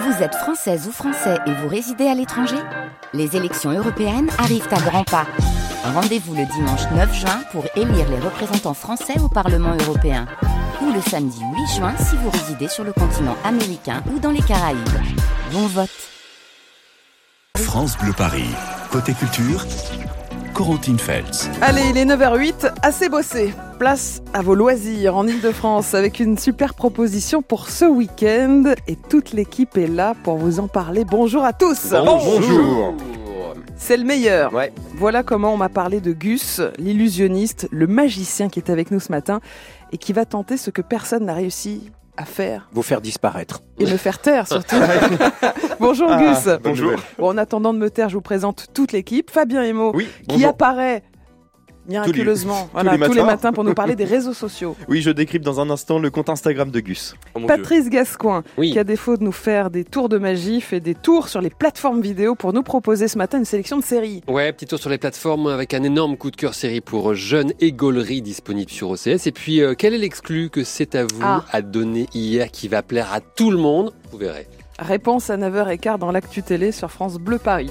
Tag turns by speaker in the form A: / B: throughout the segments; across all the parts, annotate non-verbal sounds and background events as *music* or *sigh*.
A: Vous êtes française ou français et vous résidez à l'étranger Les élections européennes arrivent à grands pas. Rendez-vous le dimanche 9 juin pour élire les représentants français au Parlement européen. Ou le samedi 8 juin si vous résidez sur le continent américain ou dans les Caraïbes. Bon vote
B: France Bleu Paris. Côté culture, Corentine Feltz.
C: Allez, il est 9h08, assez bossé. Place à vos loisirs en Ile-de-France avec une super proposition pour ce week-end. Et toute l'équipe est là pour vous en parler. Bonjour à tous
D: Bonjour.
C: C'est le meilleur
D: Ouais.
C: Voilà comment on m'a parlé de Gus, l'illusionniste, le magicien qui est avec nous ce matin et qui va tenter ce que personne n'a réussi à faire
E: vous faire disparaître.
C: et me faire taire
E: *laughs*
C: surtout. Bonjour Gus
D: Bonjour.
C: Bon, En attendant de me taire, je vous présente toute l'équipe. Fabien Emo,
D: Oui,
C: qui
D: bonjour.
C: apparaît miraculeusement voilà,
D: les
C: tous les
D: matins.
C: matins pour nous parler des réseaux sociaux.
D: Oui, je décrypte dans un instant le compte Instagram de Gus.
C: Patrice Gascoigne,
E: Oui.
C: qui à défaut de nous faire des tours de magie, fait des tours sur les plateformes vidéo pour nous proposer ce matin une sélection de séries.
F: Ouais, petit tour sur les plateformes avec un énorme coup de cœur série pour euh, Jeune Égolerie disponible sur OCS. Et puis, euh, quel est l'exclu que c'est à vous
C: Ah.
F: à donner hier qui va plaire à tout le monde Vous verrez.
C: Réponse à 9h15 dans l'actu télé sur France Bleu Paris.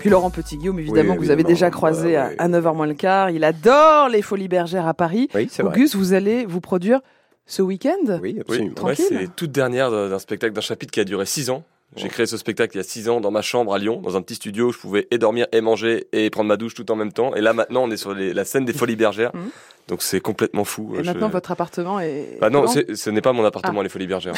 C: Puis Laurent Petit-Guillaume, évidemment,
E: Oui,
C: que vous avez
E: évidemment.
C: déjà croisé
E: Bah,
C: à-
E: oui.
C: à 9h moins le quart. Il adore les folies bergères à Paris.
E: Oui, c'est vrai.
C: Auguste, vous allez vous produire ce week-end
E: Oui,
G: Oui,
E: absolument.
G: ouais,
C: Tranquille.
G: c'est toute dernière d'un d'un spectacle, d'un chapitre qui a duré 6 ans. J'ai créé ce spectacle il y a 6 ans dans ma chambre à Lyon, dans un petit studio où je pouvais et dormir et manger et prendre ma douche tout en même temps. Et là maintenant on est sur les- la scène des
C: *laughs*
G: folies bergères.
C: Mhm.
G: Donc c'est complètement fou. euh,
C: Et
G: Je-
C: maintenant, votre Ah. appartement est.
G: Bah non,
C: comment
G: c'est- ce n'est pas mon appartement les
C: *laughs*
G: folies bergères.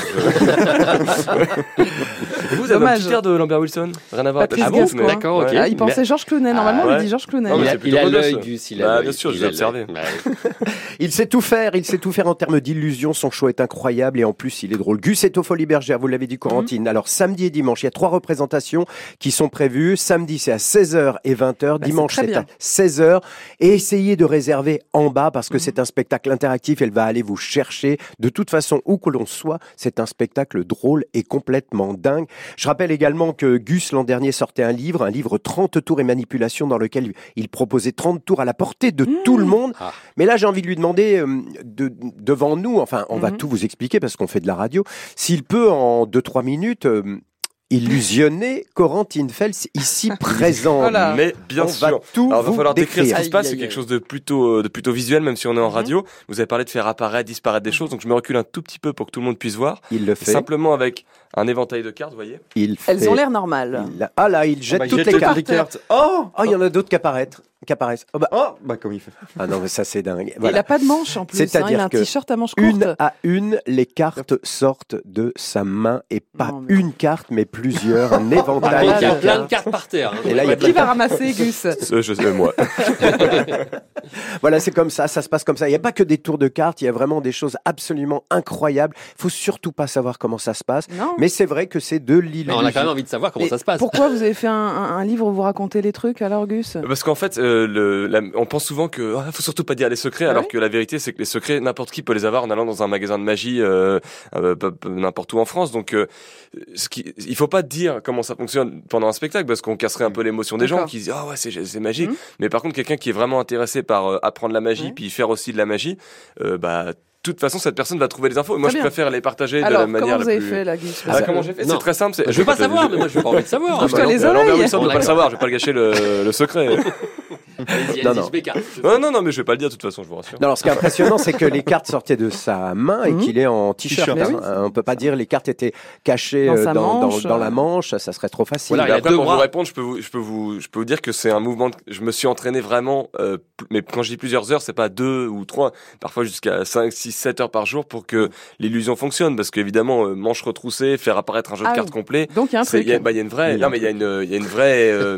G: Je- Vous avez un
C: Dommage.
G: petit air de Lambert Wilson Rien à voir.
C: Patrice
G: Ah bon,
C: Gascoigne.
G: mais-
F: D'accord, ok.
G: Ouais.
C: Ah, il pensait Georges Clooney. Normalement,
G: Ah,
C: il
G: ouais.
C: dit Georges Clooney.
G: Non, mais
F: il a-
G: c'est
F: il
G: plutôt
F: a
G: rigolo,
F: l'œil,
G: ça.
F: Gus. Il a
G: Bah,
F: l'œil.
G: bien sûr,
F: Il
G: je l'ai
F: a l'œil.
G: observé.
F: Bah,
E: Il sait tout faire, il sait tout faire en termes d'illusion, son show est incroyable et en plus il est drôle. Gus est au Folie Bergère, vous l'avez dit
D: Mmh.
E: Corentine. Alors samedi et dimanche, il y a trois représentations qui sont prévues. Samedi c'est à 16h et 20h,
C: Bah,
E: dimanche
C: c'est très
E: c'est à 16h. Et essayez de réserver en bas parce
D: Mmh.
E: que c'est un spectacle interactif, elle va aller vous chercher. De toute façon, où que l'on soit, c'est un spectacle drôle et complètement dingue. Je rappelle également que Gus l'an dernier sortait un livre, un livre 30 tours et manipulations dans lequel il proposait 30 tours à la portée de
C: Mmh.
E: tout le monde.
F: Ah.
E: Mais là, j'ai envie de lui demander euh, de- devant nous, enfin, on va
C: Mhm.
E: tout vous expliquer parce qu'on fait de la radio, s'il peut en 2-3 minutes euh, illusionner Corentine Fels ici
C: *laughs*
E: présent.
C: Ah, Voilà.
G: Mais bien
E: on
G: sûr.
E: va tout
G: Alors, va
E: vous
G: falloir décrire ce
E: décrire.
G: qui se
C: Aïe,
G: passe.
C: aïe,
G: C'est quelque
C: aïe.
G: chose de plutôt, euh, de plutôt visuel, même si on est en
C: Mhm.
G: radio. Vous avez parlé de faire apparaître, disparaître
C: Mmh.
G: des choses. Donc, je me recule un tout petit peu pour que tout le monde puisse voir.
E: Ah, Il le fait.
G: Simplement avec un éventail de cartes, vous voyez.
E: Il
C: Elles
E: fait-
C: ont l'air normales.
E: il- Ah là, il jette
D: Bah, il
E: toutes
D: jette
E: les
D: les
E: cartes.
D: cartes. Cartes.
E: Oh, oh, il y en a d'autres qui apparaissent. Qui apparaissent. Oh, bah,
D: Oh, bah comme il fait.
E: Ah non, mais ça c'est dingue.
C: Il n'a
E: Voilà.
C: pas de manche en plus. hein.
E: C'est-à-dire
C: Il a un
E: que
C: t-shirt à manches courtes.
E: Une à une, les cartes sortent de sa main et pas
C: Non, mais-
E: une carte, mais plusieurs,
C: *laughs*
E: un éventail.
F: Il y a
C: là,
E: de
F: plein
E: cartes.
F: de cartes par terre. hein.
E: Et là, il y a plein
C: Qui
E: de
C: va ramasser Gus
G: Euh, je sais, moi.
E: Voilà, c'est comme ça, ça se passe comme ça. Il n'y a pas que des tours de cartes, il y a vraiment des choses absolument incroyables. faut surtout pas savoir comment ça se passe.
C: Non.
E: Mais c'est vrai que c'est de
F: Non, on a quand même
E: l'illusion.
F: envie de savoir comment
C: Mais
F: ça se passe.
C: Pourquoi vous avez fait un, un- un livre où vous racontez les trucs alors Gus
G: *laughs* Parce qu'en fait, euh, le, la- on pense souvent que ah, faut surtout pas dire les secrets,
C: Ah
G: alors
C: ouais
G: que la vérité c'est que les secrets n'importe qui peut les avoir en allant dans un magasin de magie euh, euh, p- p- n'importe où en France. Donc, euh, ce qui, il faut pas dire comment ça fonctionne pendant un spectacle parce qu'on casserait un peu l'émotion des gens
C: D'accord.
G: qui disent ah ouais c'est c'est magique.
C: Mhm.
G: Mais par contre, quelqu'un qui est vraiment intéressé par euh, apprendre la magie
C: Ouais.
G: puis faire aussi de la magie, euh, bah de toute façon cette personne va trouver les infos. Et moi,
C: Très
G: je
C: bien.
G: préfère les partager de
C: Alors
G: la manière
C: comment vous
G: la
C: avez
G: plus.
C: fait là Gus
G: Ah,
C: Parce que-
G: comment j'ai fait
F: Non.
G: C'est très simple. c'est-
F: Je veux pas savoir, mais moi, je n'ai pas envie de
G: Ah,
F: savoir.
C: Bouge-toi les
G: Lambert
C: oreilles.
G: Wilson ne peut pas le savoir, je vais pas le gâcher le- le secret.
F: Vas-y,
E: Non,
F: vas-y,
E: non.
F: je m'écarte.
G: *laughs* Non, Hein non, non, mais je vais pas le dire de toute façon, je vous rassure.
E: Non, alors ce qui est impressionnant, c'est que les cartes sortaient de sa main et
C: Mhm.
E: qu'il est en t-shirt.
C: Mais
E: hein.
C: oui,
E: on peut pas dire les cartes étaient cachées
C: Dans
E: euh,
C: sa
E: dans, dans-
C: manche.
E: dans la manche, ça serait trop facile.
F: Voilà,
G: Mais
F: il a
G: après,
F: deux
G: pour
F: bras.
G: vous répondre, je peux vous, je peux vous, je peux vous dire que c'est un mouvement. de- je me suis entraîné vraiment, euh, pl- mais quand je dis plusieurs heures, c'est pas deux ou trois, parfois jusqu'à 5, 6, 7 heures par jour pour que l'illusion fonctionne. Parce qu'évidemment, euh, manche retroussée, faire apparaître un jeu
C: Ah
G: de cartes
C: oui.
G: complet,
C: Donc il y a un
G: c'est-
C: truc.
G: il y, a- bah, il y a une vraie,
E: Oui,
G: non, mais il y a une, il y a une vraie euh,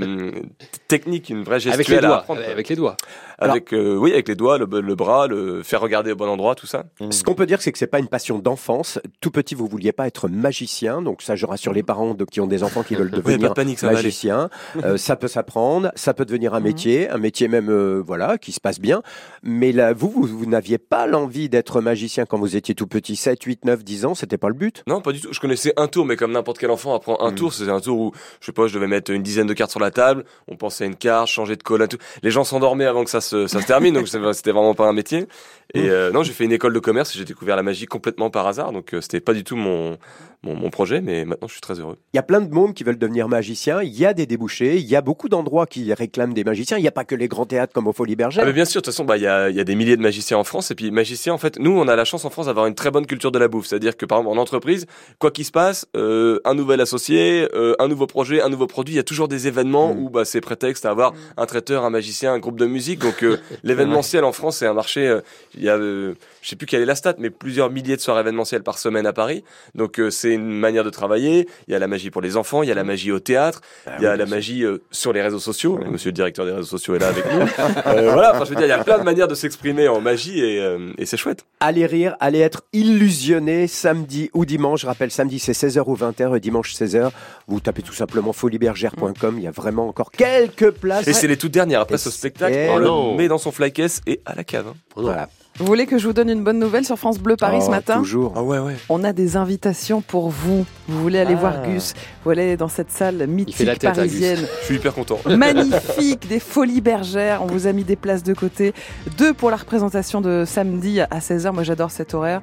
G: technique, une vraie gestuelle
F: Avec les
G: à
F: doigts.
G: apprendre.
F: Avec les doigts.
G: Avec, euh, oui, avec les doigts, le, le bras, le faire regarder au bon endroit, tout ça.
E: Ce qu'on peut dire, c'est que c'est pas une passion d'enfance. Tout petit, vous vouliez pas être magicien, donc ça, je rassure les parents de- qui ont des enfants qui veulent
G: Mm. *laughs* Oui, pas
E: devenir
G: de panique, ça va aller. Mm.
E: magicien.
G: *laughs*
E: Euh, ça peut s'apprendre, ça peut devenir un
C: Mhm.
E: métier, un métier même, euh, voilà, qui se passe bien. Mais là, vous, vous, vous n'aviez pas l'envie d'être magicien quand vous étiez tout petit, 7, 8, 9, 10 ans, c'était pas le but.
G: Non, pas du tout. Je connaissais un tour, mais comme n'importe quel enfant apprend un
D: Mm.
G: tour, c'est un tour où, je sais pas, je devais mettre une dizaine de cartes sur la table, on pensait à une carte, changer de colonne, tout. Les gens s'endormaient avant que ça se, ça se termine, donc c'est- c'était vraiment pas un métier. Et euh, non, j'ai fait une école de commerce et j'ai découvert la magie complètement par hasard. Donc, euh, c'était pas du tout mon, mon, mon projet, mais maintenant, je suis très heureux.
E: Il y a plein de mômes qui veulent devenir magiciens. Il y a des débouchés. Il y a beaucoup d'endroits qui réclament des magiciens. Il n'y a pas que les grands théâtres comme au Folie Bergère.
G: Ah, mais bien sûr, de toute façon, bah, il y, a, il y a des milliers de magiciens en France. Et puis, magiciens, en fait, nous, on a la chance en France d'avoir une très bonne culture de la bouffe. C'est-à-dire que, par exemple, en entreprise, quoi qu'il se passe, euh, un nouvel associé, euh, un nouveau projet, un nouveau produit, il y a toujours des événements
E: Mm.
G: où bah, c'est prétexte à avoir un traiteur, un magicien, un groupe de musique. Donc, euh, l'événementiel en France, c'est un marché. euh, Il y a, euh, je sais plus quelle est la stat, mais plusieurs milliers de soirées événementielles par semaine à Paris. Donc, euh, c'est une manière de travailler. Il y a la magie pour les enfants, il y a la magie au théâtre, il y a la magie euh, sur les réseaux sociaux. Monsieur le directeur des réseaux sociaux est là avec nous. Euh, voilà, enfin, je veux dire, il y a plein de manières de s'exprimer en magie et, euh, et c'est chouette.
E: Allez rire, allez être illusionné samedi ou dimanche. Je rappelle, samedi c'est 16h ou 20h et dimanche 16h. Vous tapez tout simplement foliebergère.com. Il y a vraiment encore quelques places.
G: Et c'est les toutes dernières.
E: Et
G: Après ce spectacle,
E: c'est-
G: on
F: non.
G: le met dans son flycase et à la cave. hein.
E: Voilà.
C: Vous voulez que je vous donne une bonne nouvelle sur France Bleu Paris
E: Oh,
C: ce matin
E: Toujours.
G: Ah ouais, ouais.
C: On a des invitations pour vous. Vous voulez aller
G: Ah.
C: voir Gus Vous allez aller dans cette salle mythique
F: fait la tête, hein, Gus.
C: parisienne.
G: Je suis hyper content.
C: Magnifique, des folies bergères. On vous a mis des places de côté. Deux pour la représentation de samedi à 16h. Moi, j'adore cet horaire.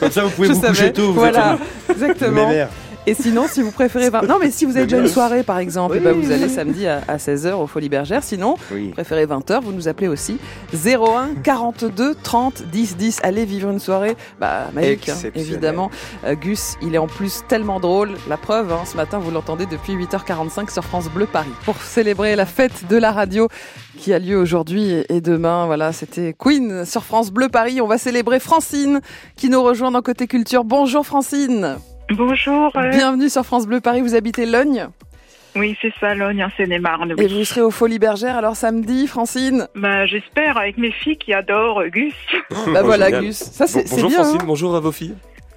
D: Comme ça, vous pouvez
C: Je
D: vous
C: savais.
D: coucher tôt, vous
C: voilà,
D: êtes
C: exactement.
D: mémère.
C: Et sinon, si vous préférez. vingt- Non, mais si vous avez déjà une soirée, par exemple,
E: Oui.
C: eh ben, vous allez samedi à, 16h aux Folies Bergères. Sinon,
E: Oui.
C: vous préférez 20h, vous nous appelez aussi 01 42 30 10 10. Allez vivre une soirée bah, magique, hein,
E: Exceptionnel.
C: évidemment. Euh, Gus, il est en plus tellement drôle. La preuve, hein, ce matin, vous l'entendez depuis 8h45 sur France Bleu Paris. Pour célébrer la fête de la radio qui a lieu aujourd'hui et demain, voilà, c'était Queen sur France Bleu Paris. On va célébrer Francine qui nous rejoint dans Côté Culture. Bonjour Francine.
H: Bonjour. euh,
C: Bienvenue sur France Bleu Paris, vous habitez Logne
H: oui, c'est ça, Logne, en Seine-et-Marne. oui.
C: et vous serez aux Folies Bergères alors samedi,
H: *laughs*
C: Francine.
H: Bah, J'espère, avec mes filles qui adorent euh, Gus. *laughs*
C: Bah voilà,
G: génial.
C: Gus. Ça,
G: Bon-
C: c'est c'est
G: bonjour
C: bien.
G: Francine,
C: hein.
G: bonjour à vos filles.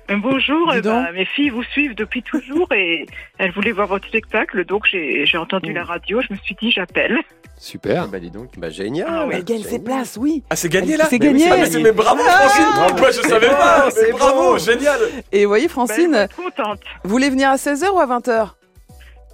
H: Euh, Bonjour,
C: Dis
H: euh, bah,
C: donc.
H: mes filles vous suivent depuis toujours et elles voulaient voir votre spectacle, donc j'ai j'ai entendu
I: Oh.
C: Mm.
H: la radio, je me suis dit j'appelle.
F: Super.
E: Bah dis donc. Bah génial.
H: Ah ouais.
C: Elle gagne ses places, oui.
G: Ah, c'est gagné là
C: C'est gagné.
G: Ah, mais, c'est- mais bravo Francine Pourquoi je savais pas
C: bon, c'est
G: Mais bravo,
C: bon.
G: génial
C: Et vous voyez,
H: Bah, elles
C: Francine,
H: vont
C: vous
H: être contentes.
C: voulez venir à 16h ou à 20h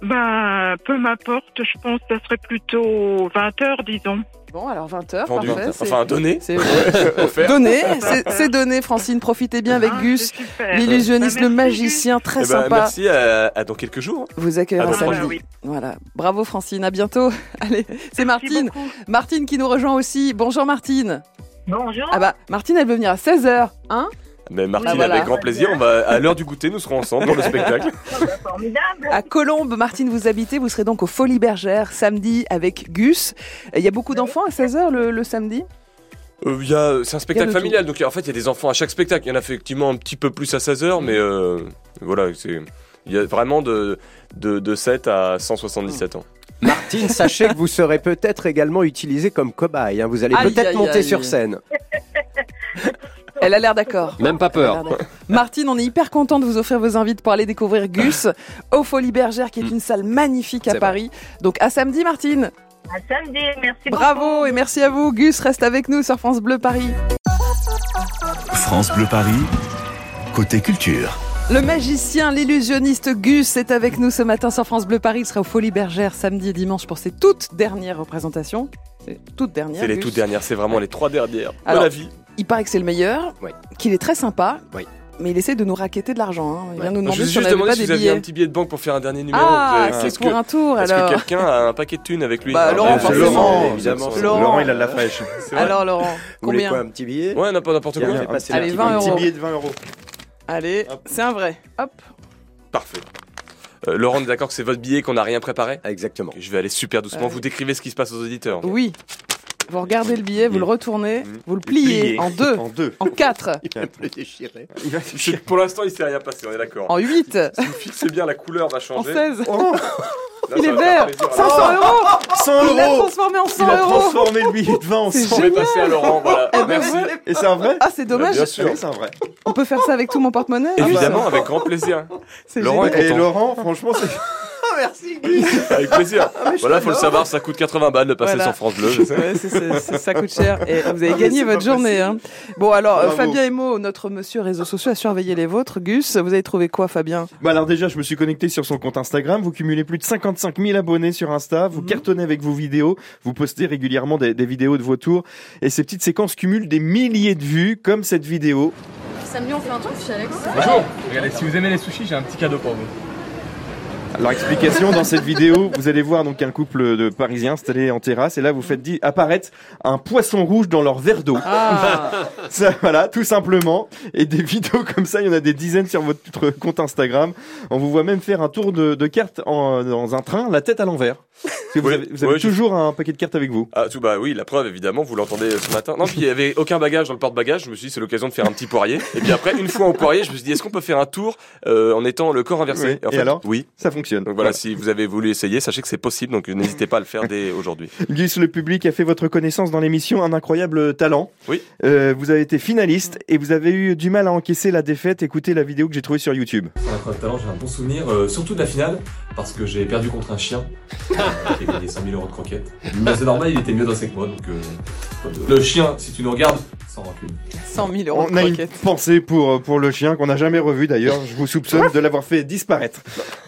H: Bah, peu m'importe, je pense que ça serait plutôt 20h, disons.
C: Bon, alors 20h,
G: Vendu.
C: Ah, parfait. c'est- *laughs*
G: Enfin, donné,
C: C'est
G: offert.
C: donné, c'est c'est donné, Francine. Profitez bien avec
H: Ah,
C: Gus,
H: c'est super.
C: l'illusionniste,
H: Bah,
C: le
H: merci,
C: magicien, très
G: Eh ben,
C: sympa.
G: merci, à, à dans quelques jours. hein.
C: Vous accueillera
G: Ah,
H: Ah,
C: samedi.
H: bah oui.
C: Voilà. Bravo, Francine. À bientôt. *laughs* Allez, c'est
H: Merci
C: Martine.
H: beaucoup.
C: Martine qui nous rejoint aussi. Bonjour, Martine.
J: Bonjour.
C: Ah bah, Martine, elle veut venir à 16h, hein
G: Mais Martine,
C: Ah, voilà.
G: avec grand plaisir, on va, à l'heure du goûter, nous serons ensemble dans le spectacle.
I: bah.
J: bah, Formidable.
C: À Colombes, Martine, vous habitez, vous serez donc au Folies Bergères samedi avec Gus. Il y a beaucoup d'enfants à 16h le, le samedi
G: Euh, il y a- c'est un
C: Il
G: spectacle
C: y a de
G: familial, donc en fait, il y a des enfants à chaque spectacle. Il y en a effectivement un petit peu plus à
C: Mm.
G: 16h, mais euh, voilà, c'est. Il y a vraiment de, de, de 7 à 177
C: Mm.
G: ans.
E: Martine, sachez que vous serez peut-être également utilisée comme cobaye. hein. Vous allez
C: Aïe,
E: peut-être
C: aïe,
E: monter
C: aïe.
E: sur scène.
C: Elle a l'air d'accord.
F: Même pas peur.
C: Regardez. Martine, on est hyper content de vous offrir vos invites pour aller découvrir Gus
G: *laughs*
C: au Folies Bergères, qui est
G: Mm.
C: une salle magnifique à
F: C'est vrai.
C: Paris. Donc à samedi, Martine.
J: À samedi. Merci
C: Bravo et merci à vous. Gus reste avec nous sur France Bleu Paris.
B: France Bleu Paris, côté culture.
C: Le magicien, l'illusionniste Gus est avec nous ce matin sur France Bleu Paris. Il sera au Folies Bergères samedi et dimanche pour ses toutes dernières représentations. C'est toutes dernières.
G: C'est les
C: Gus.
G: toutes dernières, c'est vraiment les trois dernières.
C: Alors,
G: de la vie.
C: Il paraît que c'est le meilleur,
E: Ouais.
C: qu'il est très sympa,
E: Ouais.
C: mais il essaie de nous raqueter de l'argent. hein. Il vient nous
G: Je vous
C: demander si
G: ai
C: on
G: juste
C: n'avait
G: demandé
C: pas
G: si
C: des
G: vous aviez un
C: billets.
G: petit billet de banque pour faire un dernier numéro.
C: Ah,
G: Vous avez-
C: c'est
G: est-ce
C: pour
G: que-
C: un tour
G: Est-ce
C: alors.
G: que quelqu'un a un paquet de thunes avec lui
C: Bah, Laurent,
G: Ah,
C: forcément.
E: évidemment.
C: Laurent.
D: Laurent, il a de la fraîche.
G: C'est vrai.
C: Alors Laurent,
E: Vous voulez
C: combien
E: quoi, un petit billet
G: Ouais, n'importe n'importe
E: Bien,
G: quoi.
E: on fait passer
C: Allez,
E: le petit
C: 20
E: billet.
D: Un
C: euros.
D: petit billet de 20 euros.
C: Allez, c'est un vrai. Hop.
G: Parfait. Euh, Laurent, on est d'accord que c'est votre billet qu'on n'a rien préparé
E: Exactement.
G: Je vais aller super doucement.
C: Ouais.
G: Vous décrivez ce qui se passe aux auditeurs.
C: Oui. Vous regardez le billet, vous le retournez,
D: Mmh.
C: vous le pliez en deux,
D: En deux.
C: en quatre,
D: *laughs* Il va le
G: Je- pour l'instant, il s'est rien passé, on est d'accord.
C: en huit,
G: Sophie, C'est bien, la couleur va
C: en
G: changer.
C: seize.
D: Oh,
G: Là,
C: Il
G: ça
C: est
G: va faire
C: vert.
G: plaisir à
C: 500 euros.
D: 100
C: Il l'a
D: Oh, euros
C: transformé en
D: Il a
C: 100 euros.
D: transformé le billet de 20 en
C: C'est
D: 100.
G: Laurent. Je vais passer à Laurent, voilà.
C: Eh ben,
G: Merci.
C: voilà.
D: Et c'est un vrai
C: Ah, c'est dommage.
G: Bien sûr.
D: Oui, c'est un vrai.
C: On peut faire ça avec tout mon porte-monnaie. Ah,
G: Évidemment, avec grand plaisir.
C: bah, c'est
G: Laurent
C: génial. Oh,
G: est
D: Et
C: *laughs*
G: content.
D: Laurent, franchement, c'est. *laughs*
E: merci.
G: Avec plaisir.
E: Ah, mais je
G: Voilà, faut le
E: t'adore.
G: savoir, ça coûte 80 balles de passer
C: Voilà.
G: sur France Bleu, je sais.
C: Ouais, c'est- c'est- c'est- ça coûte cher et vous avez
E: Ah, mais
C: gagné
E: c'est
C: votre
E: pas
C: journée. hein. Bon alors,
D: Bravo.
C: Fabien et Mo, notre monsieur réseaux sociaux a surveillé les vôtres. Gus, vous avez trouvé quoi, Fabien
D: Bah alors déjà, je me suis connecté sur son compte Instagram. Vous cumulez plus de 55 000 abonnés sur Insta. Vous
C: Mhm.
D: cartonnez avec vos vidéos. Vous postez régulièrement des, des vidéos de vos tours. Et ces petites séquences cumulent des milliers de vues, comme cette vidéo.
K: Samedi, on fait un tour chez Alex.
L: Bonjour Regardez, si vous aimez les sushis, j'ai un petit cadeau pour vous.
D: Alors explication, dans cette vidéo, vous allez voir donc un couple de Parisiens installés en terrasse. Et là, vous faites di- apparaître un poisson rouge dans leur verre d'eau.
C: Ah,
D: Ça, voilà, tout simplement. Et des vidéos comme ça, il y en a des dizaines sur votre compte Instagram. On vous voit même faire un tour de, de cartes en- dans un train, la tête à l'envers. Parce que vous
G: Oui,
D: avez, vous avez
G: oui, je-
D: toujours un paquet de cartes avec vous.
G: Ah, tout, bah oui, la preuve, évidemment, vous l'entendez euh, ce matin. Non, puis il y avait aucun bagage dans le porte-bagages. Je me suis dit, c'est l'occasion de faire un petit poirier. Et puis après, une fois au poirier, je me suis dit, est-ce qu'on peut faire un tour euh, en étant le corps inversé
D: Oui.
G: en
D: Et alors
G: Oui.
D: Ça fonctionne.
G: Donc voilà, si vous avez voulu essayer, sachez que c'est possible. Donc n'hésitez pas à le faire dès aujourd'hui.
D: Gus, le public a fait votre connaissance dans l'émission Un incroyable talent.
G: Oui.
D: Euh, vous avez été finaliste et vous avez eu du mal à encaisser la défaite. Écoutez la vidéo que j'ai trouvée sur YouTube.
L: Un incroyable talent, j'ai un bon souvenir, euh, surtout de la finale, parce que j'ai perdu contre un
D: *laughs*
L: chien. J'ai gagné 100 000 euros de croquettes. Mais c'est normal, il était mieux dressé que moi, donc euh, pas de- le chien, si tu nous regardes, sans rancune.
C: 100 000 euros
D: On
C: de
D: a une
C: croquettes.
D: pensée pour, euh, pour le chien qu'on n'a jamais revu d'ailleurs. Je vous soupçonne de l'avoir fait disparaître.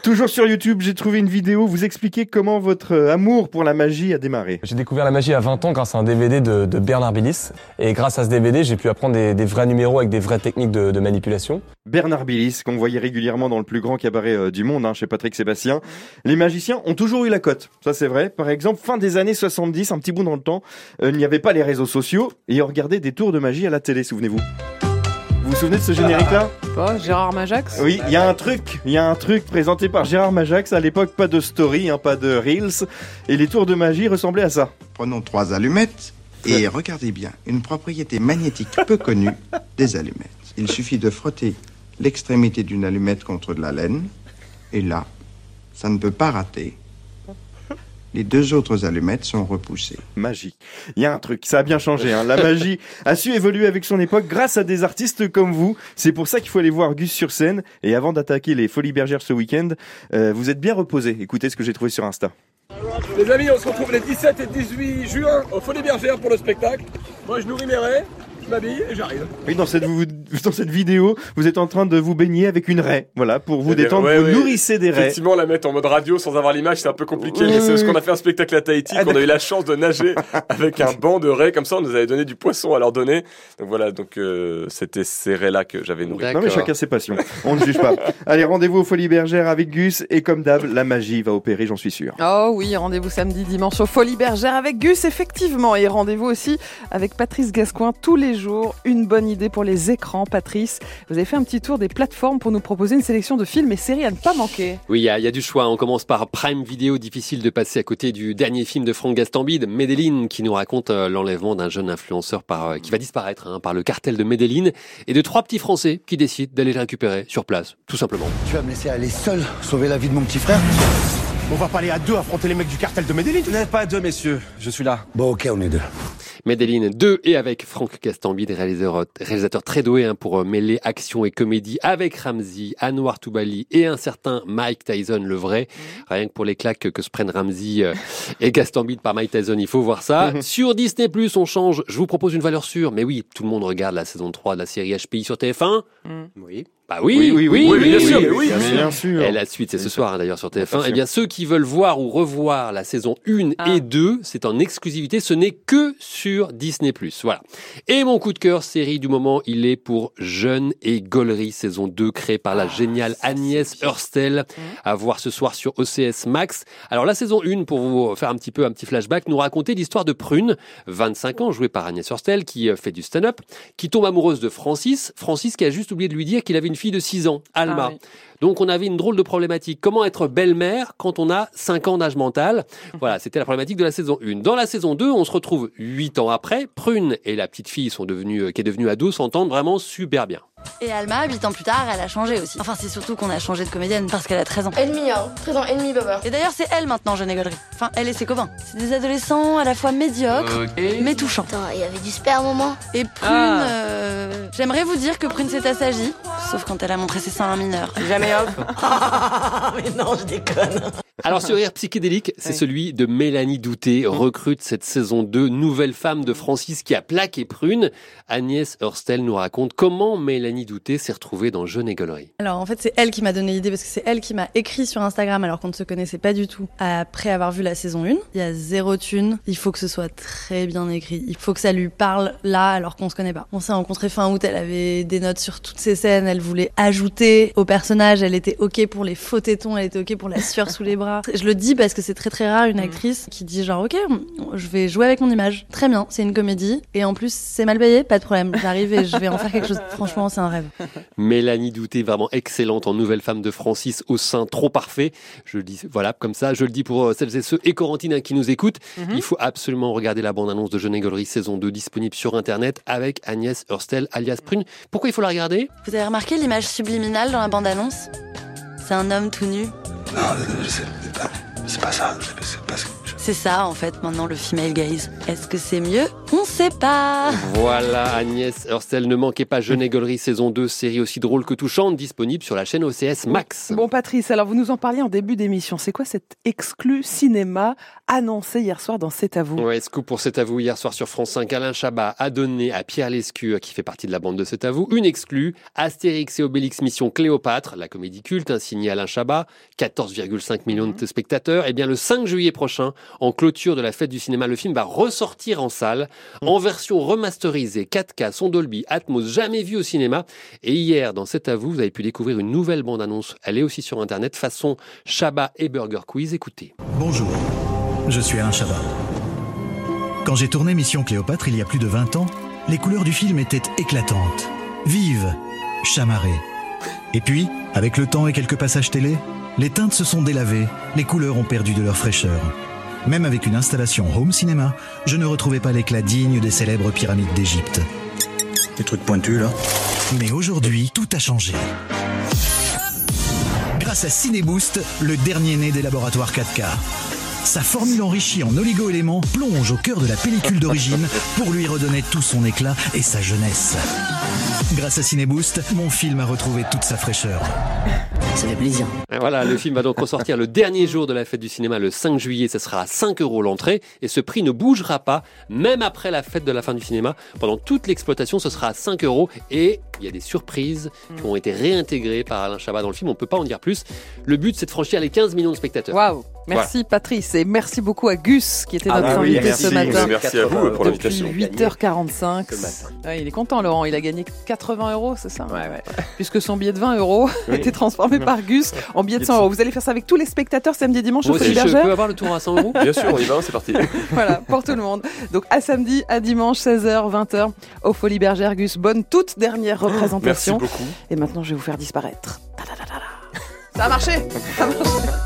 D: Toujours sur YouTube, j'ai trouvé une vidéo vous expliquer comment votre euh, amour pour la magie a démarré.
L: J'ai découvert la magie à 20 ans grâce à un DVD de, de Bernard Billis. Et grâce à ce DVD, j'ai pu apprendre des, des vrais numéros avec des vraies techniques de, de manipulation.
D: Bernard Billis, qu'on voyait régulièrement dans le plus grand cabaret euh, du monde, hein, chez Patrick Sébastien. Les magiciens ont toujours eu la cote, ça c'est vrai. Par exemple, fin des années 70, un petit bout dans le temps, euh, il n'y avait pas les réseaux sociaux et on regardait des tours de magie à la télé, souvenez-vous. Vous vous souvenez de ce générique-là
C: Pas Oh, Gérard Majax
D: Oui, il y a un truc, il y a un truc présenté par Gérard Majax. À l'époque, pas de story, hein, pas de reels, et les tours de magie ressemblaient à ça.
M: Prenons trois allumettes et regardez bien une propriété magnétique peu connue des allumettes. Il suffit de frotter l'extrémité d'une allumette contre de la laine et là, ça ne peut pas rater. Les deux autres allumettes sont repoussées.
D: Magie. Il y a un truc, ça a bien changé. Hein. La magie a su évoluer avec son époque grâce à des artistes comme vous. C'est pour ça qu'il faut aller voir Gus sur scène. Et avant d'attaquer les Folies Bergères ce week-end, euh, vous êtes bien reposé. Écoutez ce que j'ai trouvé sur Insta.
L: Les amis, on se retrouve les 17 et 18 juin au Folie Bergère pour le spectacle. Moi, je nourris mes raies, je m'habille et j'arrive.
D: Oui, dans cette, vous- dans cette vidéo, vous êtes en train de vous baigner avec une raie. Voilà, pour vous
G: Eh bien,
D: détendre,
G: ouais,
D: vous
G: ouais.
D: nourrissez des raies.
G: Effectivement, la mettre en mode radio sans avoir l'image, c'est un peu compliqué.
D: Oui,
G: mais
D: oui,
G: c'est ce
D: oui.
G: qu'on a fait un spectacle à Tahiti,
D: Ah,
G: qu'on a eu la chance de
D: *laughs*
G: nager avec un banc de raies comme ça. On nous avait donné du poisson à leur donner. Donc voilà, donc euh, c'était ces raies-là que j'avais nourries.
D: Non mais chacun ses passions, on ne juge pas. Allez, rendez-vous aux Folies Bergères avec Gus et comme d'hab, la magie va opérer, j'en suis sûr.
C: Oh oui, rendez-vous samedi, dimanche au Folie Bergère avec Gus, effectivement. Et rendez-vous aussi avec Patrice Gascoin tous les jours. Une bonne idée pour les écrans, Patrice. Vous avez fait un petit tour des plateformes pour nous proposer une sélection de films et séries à ne pas manquer.
F: Oui, il y, a- il y a du choix. On commence par Prime Video, difficile de passer à côté du dernier film de Franck Gastambide, Medellin, qui nous raconte euh, l'enlèvement d'un jeune influenceur par, euh, qui va disparaître hein, par le cartel de Medellin et de trois petits Français qui décident d'aller le récupérer sur place, tout simplement.
N: Tu vas me laisser aller seul sauver la vie de mon petit frère On va pas aller à deux affronter les mecs du cartel de Medellin Vous n'êtes pas à deux, messieurs. Je suis là. Bon, ok, on est deux.
F: Medellin 2 et avec Franck Gastambide, réalisateur, réalisateur très doué hein, pour euh, mêler action et comédie avec Ramsey, Anwar Toubali et un certain Mike Tyson, le vrai. Rien que pour les claques que se prennent Ramsey euh, et Gastambide par Mike Tyson, il faut voir ça. Sur Disney+, on change. Je vous propose une valeur sûre. Mais oui, tout le monde regarde la saison 3 de la série HPI sur TF1. Oui. Bah oui,
G: bien sûr, oui,
D: bien
G: bien
D: sûr. Bien sûr.
F: et la suite, c'est ce soir hein, d'ailleurs sur TF1.
D: Attention.
F: Eh bien, ceux qui veulent voir ou revoir la saison 1
C: Ah.
F: et 2, c'est en exclusivité, ce n'est que sur Disney+. Voilà. Et mon coup de cœur série du moment, il est pour Jeune et Gaulerie, saison 2, créée par
C: Ah,
F: la géniale Agnès Hurstel, à voir ce soir sur OCS Max. Alors la saison 1, pour vous faire un petit peu un petit flashback, nous racontait l'histoire de Prune, 25 ans, jouée par Agnès Hurstel, qui euh, fait du stand-up, qui tombe amoureuse de Francis. Francis qui a juste oublié de lui dire qu'il avait une fille de 6 ans, Alma.
C: Ah oui.
F: Donc on avait une drôle de problématique. Comment être belle-mère quand on a 5 ans d'âge mental Voilà, c'était la problématique de la saison 1. Dans la saison 2, on se retrouve 8 ans après. Prune et la petite fille sont devenues, euh, qui est devenue ado s'entendent vraiment super bien.
K: Et Alma, 8 ans plus tard, elle a changé aussi. Enfin, c'est surtout qu'on a changé de comédienne parce qu'elle a 13 ans.
O: Ennemi, hein. 13 ans, ennemi, bavard.
K: Et d'ailleurs, c'est elle maintenant, Jeanne Gauderie. Enfin, elle et ses copains. C'est des adolescents à la fois médiocres, mais touchants.
O: Attends, il y avait du sperme au moins
K: Et Prune,
C: Ah.
K: euh, j'aimerais vous dire que Prune s'est
C: *laughs*
K: assagie, sauf quand elle a montré ses seins à un mineur.
O: Jamais homme.
K: Ah, mais non, je déconne.
F: Alors, ce rire psychédélique, c'est
C: Oui.
F: celui de Mélanie Douté, recrute cette saison 2, nouvelle femme de Francis qui a plaqué prune. Agnès Hurstel nous raconte comment Mélanie Douté s'est retrouvée dans Jeune et Gaulerie.
I: Alors en fait c'est elle qui m'a donné l'idée parce que c'est elle qui m'a écrit sur Instagram alors qu'on ne se connaissait pas du tout après avoir vu la saison 1. Il y a zéro thune, il faut que ce soit très bien écrit, il faut que ça lui parle là alors qu'on se connaît pas. On s'est rencontrés fin août, elle avait des notes sur toutes ses scènes, elle voulait ajouter au personnage, elle était ok pour les faux tétons, elle était ok pour la sueur sous les bras. Je le dis parce que c'est très très rare une actrice qui dit genre ok je vais jouer avec mon image, très bien, c'est une comédie et en plus c'est mal payé, pas de problème, j'arrive et je vais en faire quelque chose. Franchement c'est un rêve.
F: Mélanie Douté, vraiment excellente en nouvelle femme de Francis, au sein trop parfait. Je le dis, voilà, comme ça, je le dis pour euh, celles et ceux, et Corentine hein, qui nous écoutent.
P: Mhm.
F: Il faut absolument regarder la bande-annonce de Jeune et Gaulerie saison 2, disponible sur Internet, avec Agnès Hurstel, alias Prune. Pourquoi il faut la regarder
K: Vous avez remarqué l'image subliminale dans la bande-annonce C'est un homme tout nu.
Q: Non, c'est c'est pas, c'est pas ça. c'est- C'est pas ça.
K: C'est ça en fait maintenant le female gaze. Est-ce que c'est mieux On sait pas.
F: Voilà, Agnès Hurstel, ne manquez pas Jeune et Gaulerie saison 2, série aussi drôle que touchante, disponible sur la chaîne OCS Max.
C: Bon, Patrice, alors vous nous en parliez en début d'émission. C'est quoi cet exclu cinéma annoncé hier soir dans C'est à vous
F: Ouais, scoop pour C'est à vous hier soir sur France 5. Alain Chabat a donné à Pierre Lescure, qui fait partie de la bande de C'est à vous, une exclue. Astérix et Obélix Mission Cléopâtre, la comédie culte, hein, signée Alain Chabat, 14,5 millions de spectateurs. Et bien, le 5 juillet prochain, en clôture de la fête du cinéma, le film va ressortir en salle, en version remasterisée, 4K, son Dolby, Atmos, jamais vu au cinéma. Et hier, dans C'est à vous, vous avez pu découvrir une nouvelle bande-annonce. Elle est aussi sur Internet, façon Chabat et Burger Quiz. Écoutez.
R: Bonjour, je suis Alain Chabat. Quand j'ai tourné Mission Cléopâtre il y a plus de 20 ans, les couleurs du film étaient éclatantes, vives, chamarrées. Et puis, avec le temps et quelques passages télé, les teintes se sont délavées, les couleurs ont perdu de leur fraîcheur. Même avec une installation home cinéma, je ne retrouvais pas l'éclat digne des célèbres pyramides d'Égypte. Des trucs pointus là. Mais aujourd'hui, tout a changé. Grâce à Cineboost, le dernier né des laboratoires 4K. Sa formule enrichie en oligo-éléments plonge au cœur de la pellicule d'origine pour lui redonner tout son éclat et sa jeunesse. Grâce à Cineboost, mon film a retrouvé toute sa fraîcheur. Ça fait plaisir.
F: Et Voilà, le film va donc ressortir le dernier jour de la fête du cinéma, le 5 juillet. Ce sera à 5 euros l'entrée. Et ce prix ne bougera pas, même après la fête de la fin du cinéma. Pendant toute l'exploitation, ce sera à 5 euros. Et il y a des surprises qui ont été réintégrées par Alain Chabat dans le film. On ne peut pas en dire plus. Le but, c'est de franchir les 15 millions de spectateurs.
C: Waouh Merci Patrice et merci beaucoup à Gus qui était
F: Ah
C: notre
F: bah oui,
C: invité
F: merci.
C: ce matin.
G: Merci à vous pour
C: Depuis
G: l'invitation.
C: 8h45.
G: Ce matin.
C: Ouais, il est content Laurent, il a gagné 80 euros, c'est ça hein Puisque son billet de 20 euros *laughs* a été transformé par Gus en billet de 100 euros. Vous allez faire ça avec tous les spectateurs samedi et dimanche
F: Moi
C: au
F: aussi,
C: Folie
F: je
C: Bergère
F: peux avoir le tour à 100 euros
G: Bien sûr, on y va, c'est parti.
C: Voilà, pour tout le monde. Donc à samedi, à dimanche, 16h, 20h, au Folie Bergère Gus. Bonne toute dernière représentation.
G: Merci beaucoup.
C: Et maintenant, je vais vous faire disparaître. Ta-da-da-da-da. Ça a marché Ça a marché